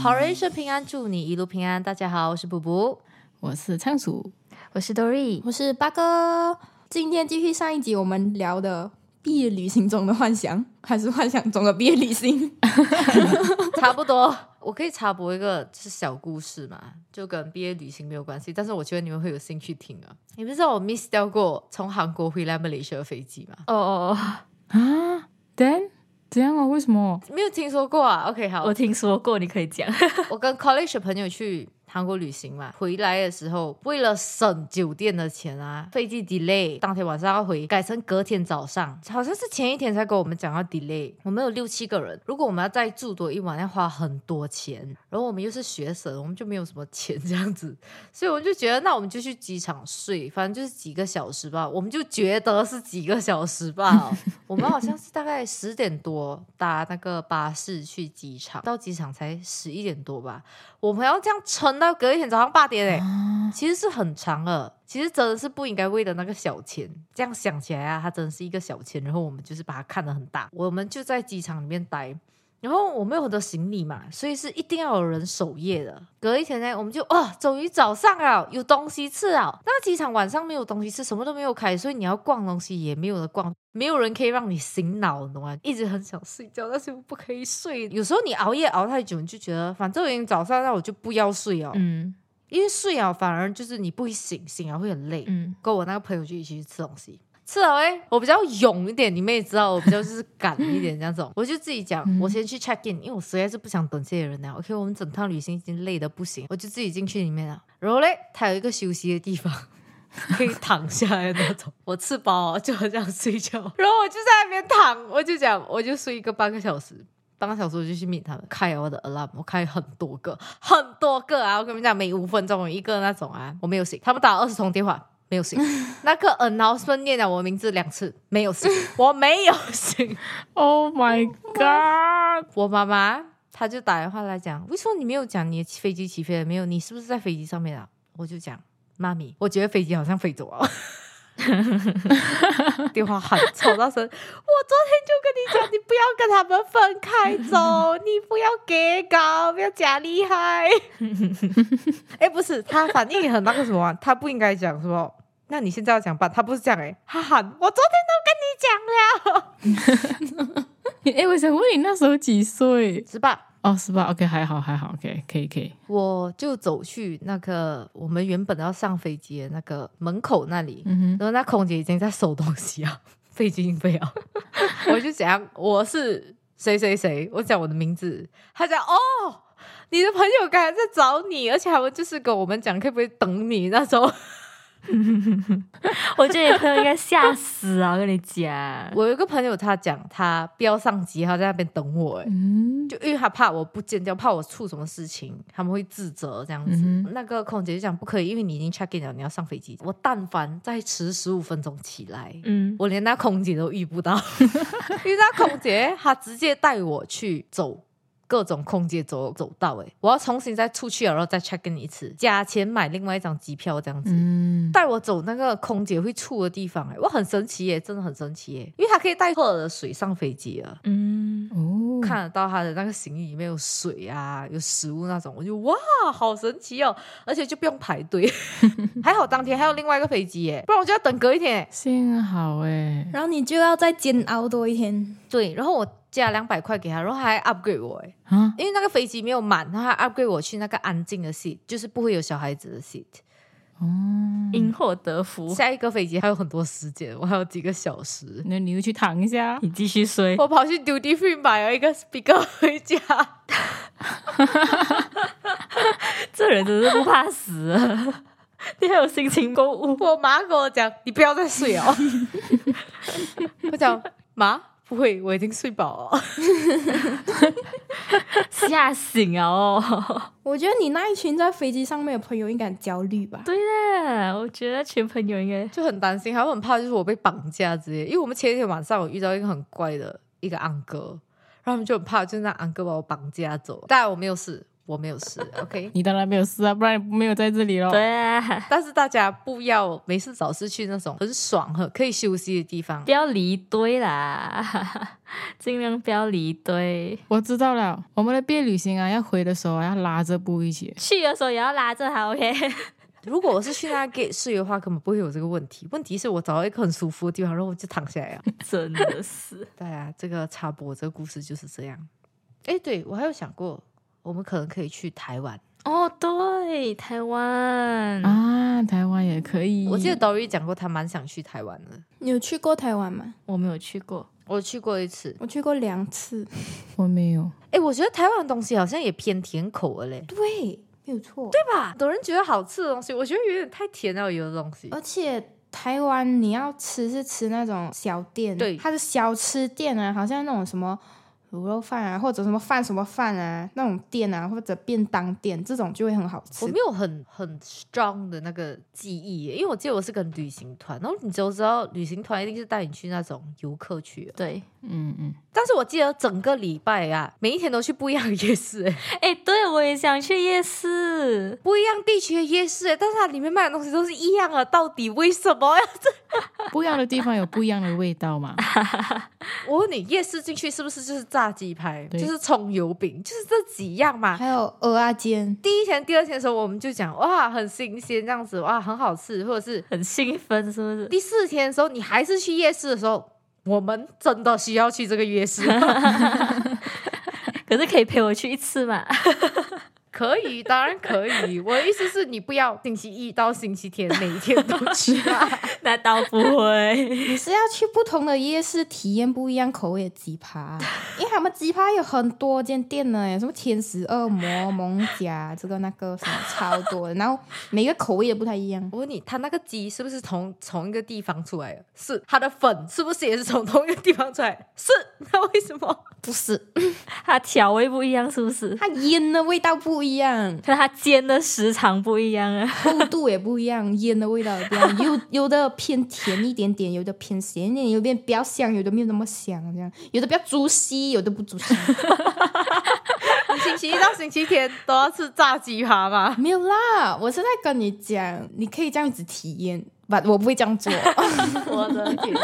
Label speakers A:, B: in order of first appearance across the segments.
A: 好人一生平安，祝你一路平安。大家好，我是卜 卜，
B: 我是仓鼠，
C: 我是 Dory，
D: 我是八哥。今天继续上一集我们聊的毕业旅行中的幻想， 还是幻想中的毕业旅行？
A: 差不多。我可以插播一个就是小故事嘛，就跟毕业旅行没有关系，但是我觉得你们会有兴趣听啊。你们知道我 miss 掉过从韩国回来马来西亚的飞机吗？
C: 哦哦
B: 啊，Dan 怎样啊？为什么？
A: 没有听说过啊。OK，好，
C: 哦，我听说过，你可以讲。
A: 我跟 college 的朋友去韩国旅行嘛，回来的时候为了省酒店的钱啊，飞机 delay，当天晚上要回，改成隔天早上，好像是前一天才跟我们讲要 delay。我们有六七个人，如果我们要再住多一晚，要花很多钱。然后我们又是学生，我们就没有什么钱这样子，所以我们就觉得那我们就去机场睡，反正就是几个小时吧，我们就觉得是几个小时吧哦、我们好像是大概十点多搭那个巴士去机场，到机场才十一点多吧。我们要这样撑到隔一天早上八点哎、
B: 啊
A: 其实是很长的。其实真的是不应该为了那个小钱，这样想起来啊，它真的是一个小钱。然后我们就是把它看得很大，我们就在机场里面待。然后我们有很多行李嘛，所以是一定要有人守夜的。隔一天呢，我们就哦，终于早上了，有东西吃啊。那机场晚上没有东西吃，什么都没有开，所以你要逛东西也没有得逛，没有人可以让你醒脑，你懂吗？一直很想睡觉，但是又不可以睡。有时候你熬夜熬太久，你就觉得反正我已经早上，那我就不要睡哦，
C: 嗯
A: 因为睡啊反而就是你不会醒，醒啊会很累。
C: 嗯，
A: 跟我那个朋友就一起去吃东西。吃了哎、我比较勇一点，你们也知道，我比较就是赶一点那 种。我就自己讲，我先去 check in，因为我实在是不想等这些人了。OK，我们啊整趟旅行已经累得不行，我就自己进去里面了。然后嘞，它有一个休息的地方， 可以躺下来的那种。我吃饱了就很想睡觉，然后我就在那边躺，我就讲，我就睡一个半个小时。半个小时我就去 meet 他们，开了我的 alarm，我开很多个，很多个啊！我跟你们讲，每五分钟有一个那种啊，我没有醒。他们打了二十通电话，没有醒。那个 announcement 念了我名字两次，没有醒，我没有醒。
B: ？Oh my god！
A: 我妈妈她就打电话来讲，为什么你没有讲你的飞机起飞了没有？你是不是在飞机上面啊？我就讲，妈咪，我觉得飞机好像飞走了。 电话喊吵到声，我昨天就跟你讲，你不要跟他们分开走，你不要给搞，不要假厉害。 哎，不是，他反应也很那个什么啊、他不应该讲什么。那你现在要讲吧，他不是这样哎、他喊我昨天都跟你讲了，
B: 哎、诶我想问你那时候几岁？
A: 是吧？
B: 哦，是吧？OK，还好，还好，OK，可以，可以。
A: 我就走去那个我们原本要上飞机的那个门口那里，
B: 嗯哼，
A: 然后那空姐已经在收东西啊， 飞机已经飞了， 我就讲我是谁谁谁，我讲我的名字，她讲哦，你的朋友刚才在找你，而且他们就是跟我们讲可不可以等你那时候。
C: 我觉得你朋友应该吓死啊！我跟你讲，
A: 我有一个朋友，他讲他不要上机，他在那边等我、欸，
B: 嗯，
A: 就因为他怕我不见掉，怕我出什么事情，他们会自责这样子。
B: 嗯
A: 那个空姐就讲不可以，因为你已经 check in 了，你要上飞机。我但凡再迟十五分钟起来，
C: 嗯，
A: 我连那空姐都遇不 到，因为那空姐她直接带我去走。各种空姐走走道、欸，我要重新再出去了，然后再 check in 一次，加钱买另外一张机票这样子。
B: 嗯，
A: 带我走那个空姐会处的地方、欸，我很神奇耶、真的很神奇耶、因为她可以带喝的水上飞机了。
C: 嗯，
B: 哦，
A: 看得到他的那个行李里面有水啊，有食物那种，我就哇，好神奇哦！而且就不用排 队，还好当天还有另外一个飞机耶，不然我就要等隔一天耶。
B: 幸好哎、
D: 然后你就要再煎熬多一天。
A: 对，然后我加两百块给他，然后他还 upgrade 我哎，
B: 啊，
A: 因为那个飞机没有满，他还 upgrade 我去那个安静的 seat，就是不会有小孩子的 seat。
B: 哦，
C: 因祸得福，
A: 下一个飞机还有很多时间，我还有几个小时，
B: 那你又去躺一下。
C: 你继续睡。
A: 我跑去 duty free 买了一个 speaker 回家。
C: 这人真是不怕死啊， 你还有心情购物？
A: 我妈跟我讲：“你不要再睡哦。” 我讲 妈不会，我已经睡饱了。
C: 吓醒啊！ 哦，
D: 我觉得你那一群在飞机上面的朋友应该很焦虑吧？
C: 对的，我觉得群朋友应该
A: 就很担心，还会很怕就是我被绑架之类的。因为我们前一天晚上我遇到一个很怪的一个安哥，然后他们就很怕，就是那安哥把我绑架走。但我没有事，我没有 事，OK。
B: 你当然没有事啊，不然没有在这里咯。
C: 对啊，
A: 但是大家不要没事找事去那种很爽和可以休息的地方
C: 不。要离堆啦， 尽量不要离堆。
B: 我知道了，我们的毕业旅行啊，要回的时候啊要拉着布一起。
C: 去的时候也要拉着他，OK？
A: 如果我是去那 gate 睡的话，根本不会有这个问题。问题是我找到一个很舒服的地方，然后我就躺下来了。
C: 真的是，
A: 大家啊这个插播，这个故事就是这样。哎，对我还有想过，我们可能可以去台湾。
C: 哦，对，台湾，
B: 啊，台湾也可以。
A: 我记得 Dory 讲过，他蛮想去台湾的。
D: 你有去过台湾吗？
C: 我没有去过，
A: 我去过一次，
D: 我去过两次。
B: 我没有，
A: 哎，我觉得台湾的东西好像也偏甜口了嘞，
D: 对，没有错。对，
A: 对吧？有人觉得好吃的东西，我觉得有点太甜了，有的东西。
D: 而且台湾你要吃是吃那种小店，
A: 对
D: 它的小吃店啊，好像那种什么。卤肉饭啊，或者什么饭什么饭啊，那种店啊，或者便当店，这种就会很好吃
A: 我。没有很很 strong 的那个记忆耶，因为我记得我是跟旅行团，然后你就知道旅行团一定是带你去那种游客区的，
C: 对，
B: 嗯嗯，
A: 但是我记得整个礼拜啊，每一天都去不一样的夜市耶，
C: 哎，对我也想去夜市，
A: 不一样地区的夜市耶，但是它里面卖的东西都是一样的，到底为什么呀？
B: 不一样的地方有不一样的味道嘛。
A: 我问你，夜市进去是不是就是炸鸡排，
B: 对
A: 就是葱油饼，就是这几样嘛？
D: 还有鹅啊煎，
A: 第一天、第二天的时候，我们就讲哇，很新鲜这样子，哇，很好吃，或者是
C: 很兴奋，是不是？
A: 第四天的时候，你还是去夜市的时候，我们真的需要去这个夜 市。
C: 可是可以陪我去一次嘛？
A: 可以，当然可以。我的意思是你不要星期一到星期天每一天都去啊。
C: 那倒不会，
D: 你是要去不同的夜市体验不一样口味的鸡扒 啊、因为他们鸡扒有很多间店呢，有什么天使恶魔、蒙甲，这个那个什么超多的，然后每个口味也不太一样。
A: 我问你，他那个鸡是不是从同一个地方出来的？是，他的粉是不是也是从同一个地方出来的？是，那为什么？
D: 不是，
C: 它调味不一样，是不是？
D: 它腌的味道不一样，
C: 可是它煎的时长不一样啊。
D: 厚度也不一样，腌的味道也不一样，有有的偏甜一点点，有的偏咸一点，有的比较香，有的没有那么香，这样，有的比较猪稀，有的不猪稀，
A: 你星期一到星期天都要吃炸鸡扒吗？
D: 没有啦。我是在跟你讲，你可以这样子体验，不，我不会这样做。
A: 我的天！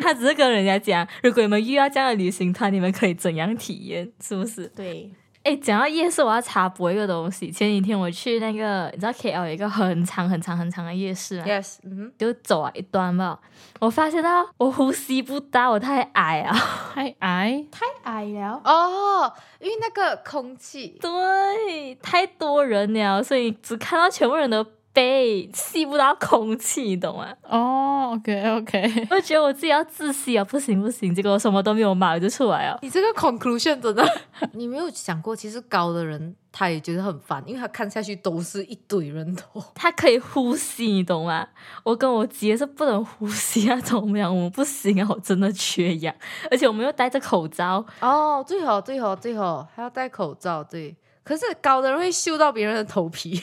C: 他只是跟人家讲，如果你们遇到这样的旅行团，你们可以怎样体验，是不是？
D: 对，
C: 哎，讲到夜市，我要插播一个东西。前几天我去那个，你知道 KL 有一个很长很长很长的夜市啊，
A: Yes，嗯
C: 就走啊一段吧，我发现到我呼吸不到，我太矮啊。
B: 太矮，
D: 太矮了
A: 哼，。哦，因为那个空气，
C: 对，太多人了，所以只看到全部人的背，吸不到空气，你懂吗？
B: 哦，OK OK，
C: 我觉得我自己要窒息啊，不行不行，结果我什么都没有买，我就出来了。
A: 你这个 conclusion 真的， 你没有想过，其实高的人他也觉得很烦，因为他看下去都是一堆人头。
C: 他可以呼吸，你懂吗？我跟我姐是不能呼吸啊 那种，我们俩我们不行啊，我真的缺氧，而且我们又戴着口罩，
A: 哦，最好最好最好，还要戴口罩。对，可是高的人会嗅到别人的头 皮，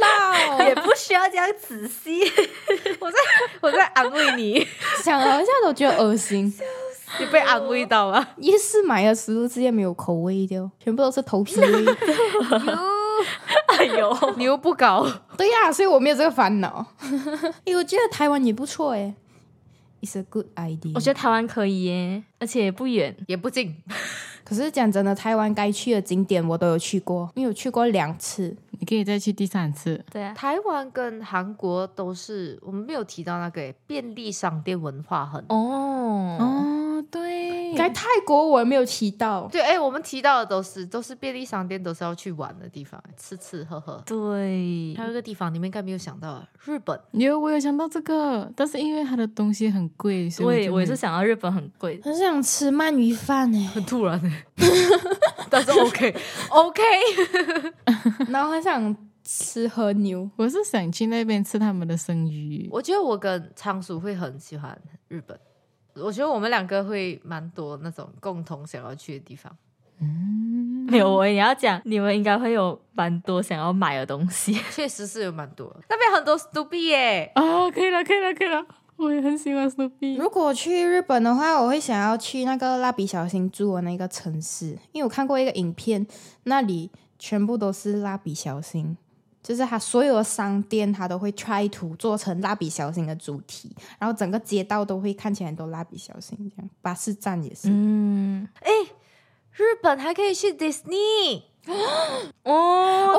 D: 闹，
C: 也不需要这样仔细。
A: 我在安慰你，
D: 想了一下都觉得恶心。
A: 你被安慰到吗？
D: 夜市买的食物直接没有口味的，全部都是头皮味。
C: 哎呦，
A: 你又不高，
D: 对呀、所以我没有这个烦恼。 哎、我觉得台湾也不错哎、It's a good idea。
C: 我觉得台湾可以耶，而且也不远。
A: 也不近，
D: 得，可是讲真的，台湾该去的景点我都有去过，因为我去过两次。
B: 你可以再去第三次。
C: 对啊，
A: 台湾跟韩国都是我们没有提到那个诶便利商店文化很。
C: 哦，
B: 哦，对
D: 该泰国我也没有提到，
A: 对，哎，我们提到的都是都是便利商店，都是要去玩的地方，吃吃喝喝。
C: 对
A: 还，有一个地方你们应该没有想到啊，日本。
B: 有，我有想到这个，但是因为它的东西很贵，所以
C: 我
B: 就
C: 也
B: 没
C: 我也是想到日本很贵，
D: 很想吃鳗鱼饭哎、
A: 很突然、欸， 但是 OK OK，
D: 然后很想吃和牛。
B: 我是想去那边吃他们的生鱼。
A: 我觉得我跟仓鼠会很喜欢日本，我觉得我们两个会蛮多那种共同想要去的地方。
B: 嗯，
C: 没有我也要讲，你们应该会有蛮多想要买的东西。
A: 确实是有蛮多，那边很多 stupid 耶、
B: 哦，可以了，可以了，可以了。我也很喜欢 Snoopy。
D: 如果去日本的话，我会想要去那个蜡笔小新住的那个城市，因为我看过一个影片，那里全部都是蜡笔小新，就是它所有的商店它都会 try 图做成蜡笔小新的主题，然后整个街道都会看起来都蜡笔小新这样，巴士站也是。
C: 嗯，哎，日本还可以去 Disney 哦，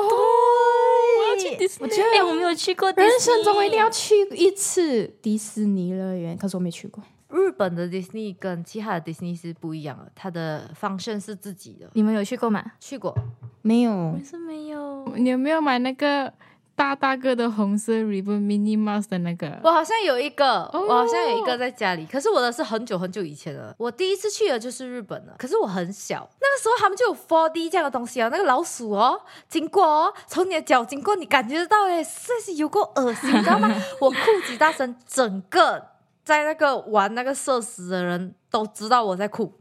C: 对，
B: 迪士
C: 我
B: 尼，
C: 觉得哎，我没有去过，
D: 人生中一定要。去一次迪士尼乐园，可是我没去过。
A: 日本的 Disney 跟其他的 Disney 是不一样的，它的方向是自己的。
C: 你们有去过吗？
A: 去过，
D: 没有
C: 我，是没有。
B: 你有没有买那个大大个的红色 ribbon mini mouse 的那个？
A: 我好像有一个，我好像有一个在家里，可是我的是很久很久以前了。我第一次去的就是日本了，可是我很小，那个时候他们就有 4D 这样的东西啊，那个老鼠哦，经过哦，从你的脚经过，你感觉得到哎，这是有够恶心，你知道吗？我哭几大声，整个在那个玩那个设施的人都知道我在哭。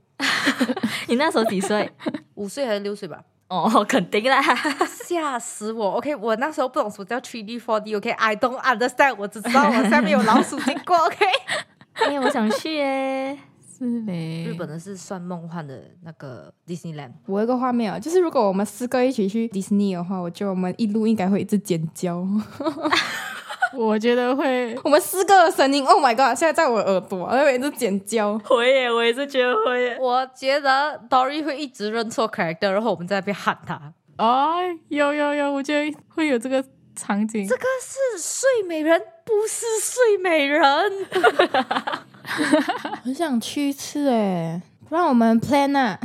C: 你那时候几 岁？
A: 五岁还是六岁吧，
C: 哦，肯定啦。
A: 吓死我！OK，我那时候不懂什么叫 3D、4D，OK，I、don't understand，我只知道我下面有老鼠经过，OK。
C: 哎，我想去耶。
B: 是嘞，
A: 日本的是算梦幻的那个 Disneyland，
D: 我有一个画面啊，就是如果我们四个一起去迪士尼的话，我觉得我们一路应该会一直尖叫。
B: 我觉得会。
D: 我们四个的声音，Oh my god！现在在我耳朵，我一直尖叫。
C: 会耶，我也是觉得会耶。
A: 我觉得 Dory 会一直认错 character，然后我们在那边喊他。
B: 哦，有有有，我觉得会有这个场景。
A: 这个是睡美人，不是睡美人。
D: 很想去一次哎，不然我们 plan 啊，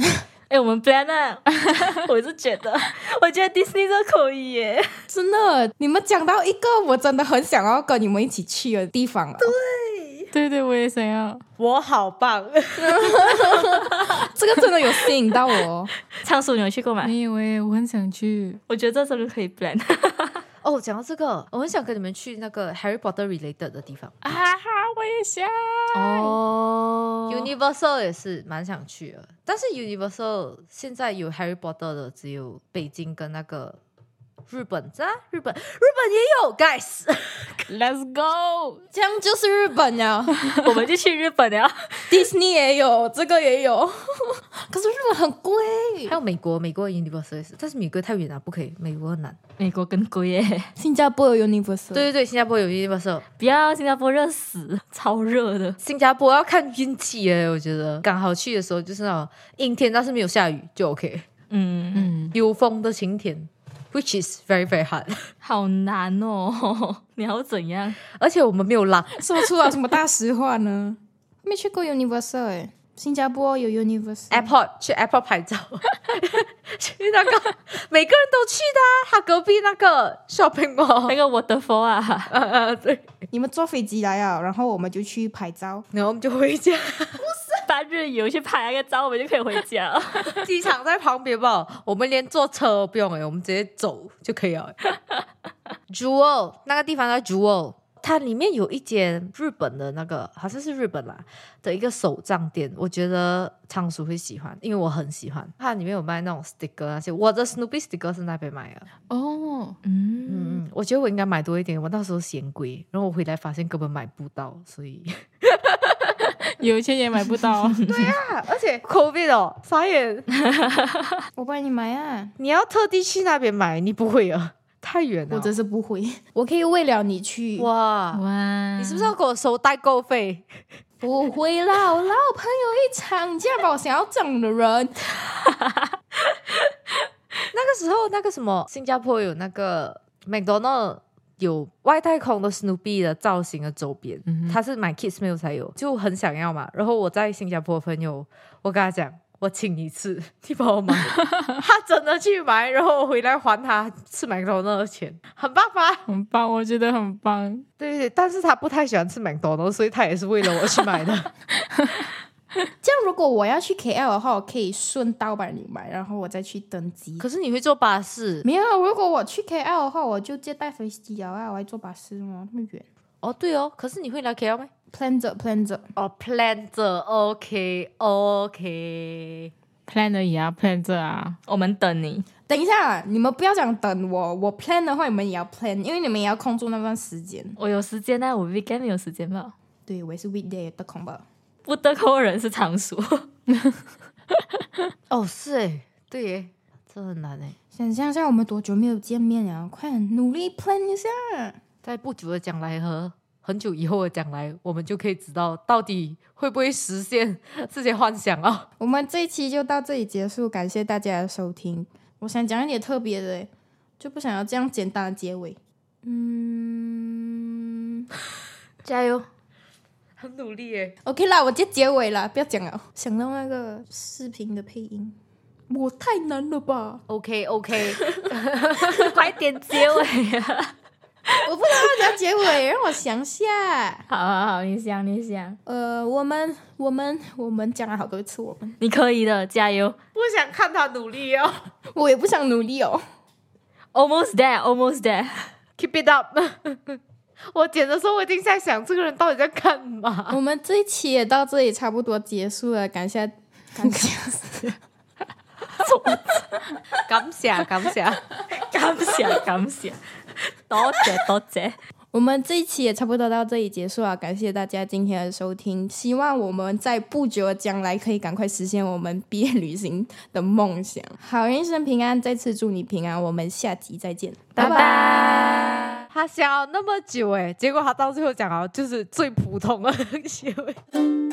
C: 哎、我们 plan 啊，我是觉得，我觉得 Disney 这可以耶。
D: 真的，你们讲到一个我真的很想要跟你们一起去的地方了。
B: 对对，我也想要。
A: 我好棒，
D: 这个真的有吸引到我 哦。
C: 仓鼠，你有去过吗？
B: 没有诶，我很想去。
C: 我觉得这真的可以 plan。
A: 哦，讲到这个，我很想跟你们去那个 Harry Potter related 的地方、
B: 啊哈，我也想。
C: 哦
A: u n i v e r s a l 也是蛮想去的。但是 Universal 现在有 Harry Potter 的只有北京跟那个日本，在日本日本也有，guys。
B: Let's go。
D: 这样就是日本呀
C: 我们就去日本了。
D: ，Disney 也有，这个也有， 可是日本很贵。
A: 还有美国，美国的 Universal 也是，但是美国太远了，不可以，美国很难。
C: 美国更贵耶，
D: 新加坡有 Universal，
A: 对对对，新加坡有 Universal，
C: 不要新加坡热死，超热的。
A: 新加坡要看运气诶，我觉得刚好去的时候就是那种阴天，但是没有下雨就 OK，
C: 嗯，
B: 嗯，
A: 有风的晴天，which is very very hard。
C: 好难哦。 你要怎样？
A: 而且我们没有浪，
D: 说出了什么大实话呢？没去过 Universal 哎，新加坡有 Universal。
A: airport 去 airport 拍照， 去那个每个人都去的、啊，他隔壁那个 shopping
C: 那
A: mall，
C: 个 waterfall 啊，
A: 呃呃对，
D: 你们坐飞机来啊，然后我们就去拍照。
A: 然后我们就回家，
C: 八日游去拍那个照，我们就可以回家 了。
A: 机场在旁边吧，我们连坐车都不用诶，欸我们直接走就可以了欸。Jewel 那个地方叫 Jewel，它里面有一间日本的那个，好像是日本啦的一个手账店，我觉得仓鼠会喜欢，因为我很喜欢。它里面有卖那种 sticker 那些，我的 Snoopy sticker 是那边买的。
B: 哦，
C: 嗯，
A: 嗯嗯，我觉得我应该买多一点，我到时候嫌贵，然后我回来发现根本买不到，所 以。
B: 有钱也买不 到。
A: 啊而且 COVID 哦，傻眼，
D: 我帮你买啊，
A: 你要特地去那边买，你不会啊，太远了。
D: 我真是不会， 我可以为了你去。
A: 哇，
B: 哇，
A: 你是不是要给我收代购费？
D: 不会啦，我老朋友一场，你这样把我想要整的人，
A: 那个时候，那个什么，新加坡有那个 McDonald 有外太空的 Snoopy 的造型的周边，
B: 嗯哼
A: 他是买 Kids Meal 才有，就很想要嘛。然后我在新加坡的朋友，我跟他讲，我请你吃， 你帮我买，他真的去买，然后我回来还他吃 McDonald 的钱，很棒吧？
B: 很棒？我觉得很棒。
A: 对对对，但是他不太喜欢吃 McDonald，所以他也是为了我去买的。
D: 这样如果我要去 KL 的话，我可以顺道把你买，然后我再去登 机。
A: 可是你会坐巴士？
D: 没有，如果我去 KL 的话，我就直接带飞机了啊，我还坐巴士吗？那么远
A: 哦，对哦，可是你会来 KL 吗？
D: ，plan 着 plan 着，
A: 哦，plan 着，OK OK。
B: plan 而已啊，plan 这啊。
C: 我们等你。
D: 等一下，你们不要讲等我，我 plan 的话，你们也要 plan，因为你们也要控住那段时间。
C: 我有时间啊，我 weekend 没有时间吧？
D: 对我也是 weekday 得空吧。
C: 不得空人是常熟。
A: 哦，是哎，对耶，这很难哎。
D: 想象一下，我们多久没有见面了？快点努力 plan 一下。
A: 在不久的将来和很久以后的将来，我们就可以知道到底会不会实现这些幻想啊！
D: 我们这一期就到这里结束，感谢大家的收听。我想讲一点特别的欸，就不想要这样简单的结尾。嗯
C: 加油！
A: 很努力耶，
D: ，OK 啦，我接结尾啦，不要讲了。想到那个视频的配音，我太难了吧？
A: OK OK，
C: 快点结尾啊！
D: 我不知道要讲结尾，让我想下。
C: 好好好，你想你想，
D: 呃，我们我们我们讲了好多次，我们
C: 你可以的，加油
A: 不想看他努力哦
D: 我也不想努力哦。
C: ！Almost there，almost there。
A: ，Keep it up 。 我剪的时候，我已经在想这个人到底在干嘛。
D: 我们这一期也到这里差不多结束了，感谢感谢。
A: 感谢感 谢，
C: 感谢感谢，多谢多谢。
D: 我们这一期也差不多到这里结束了，感谢大家今天的收听。希望我们在不久的将来可以赶快实现我们毕业旅行的梦想。好人一生平安，再次祝你平安。我们下集再见，拜拜。
A: 欸他想了那么久哎，结果他到最后讲哦，就是最普通的结尾。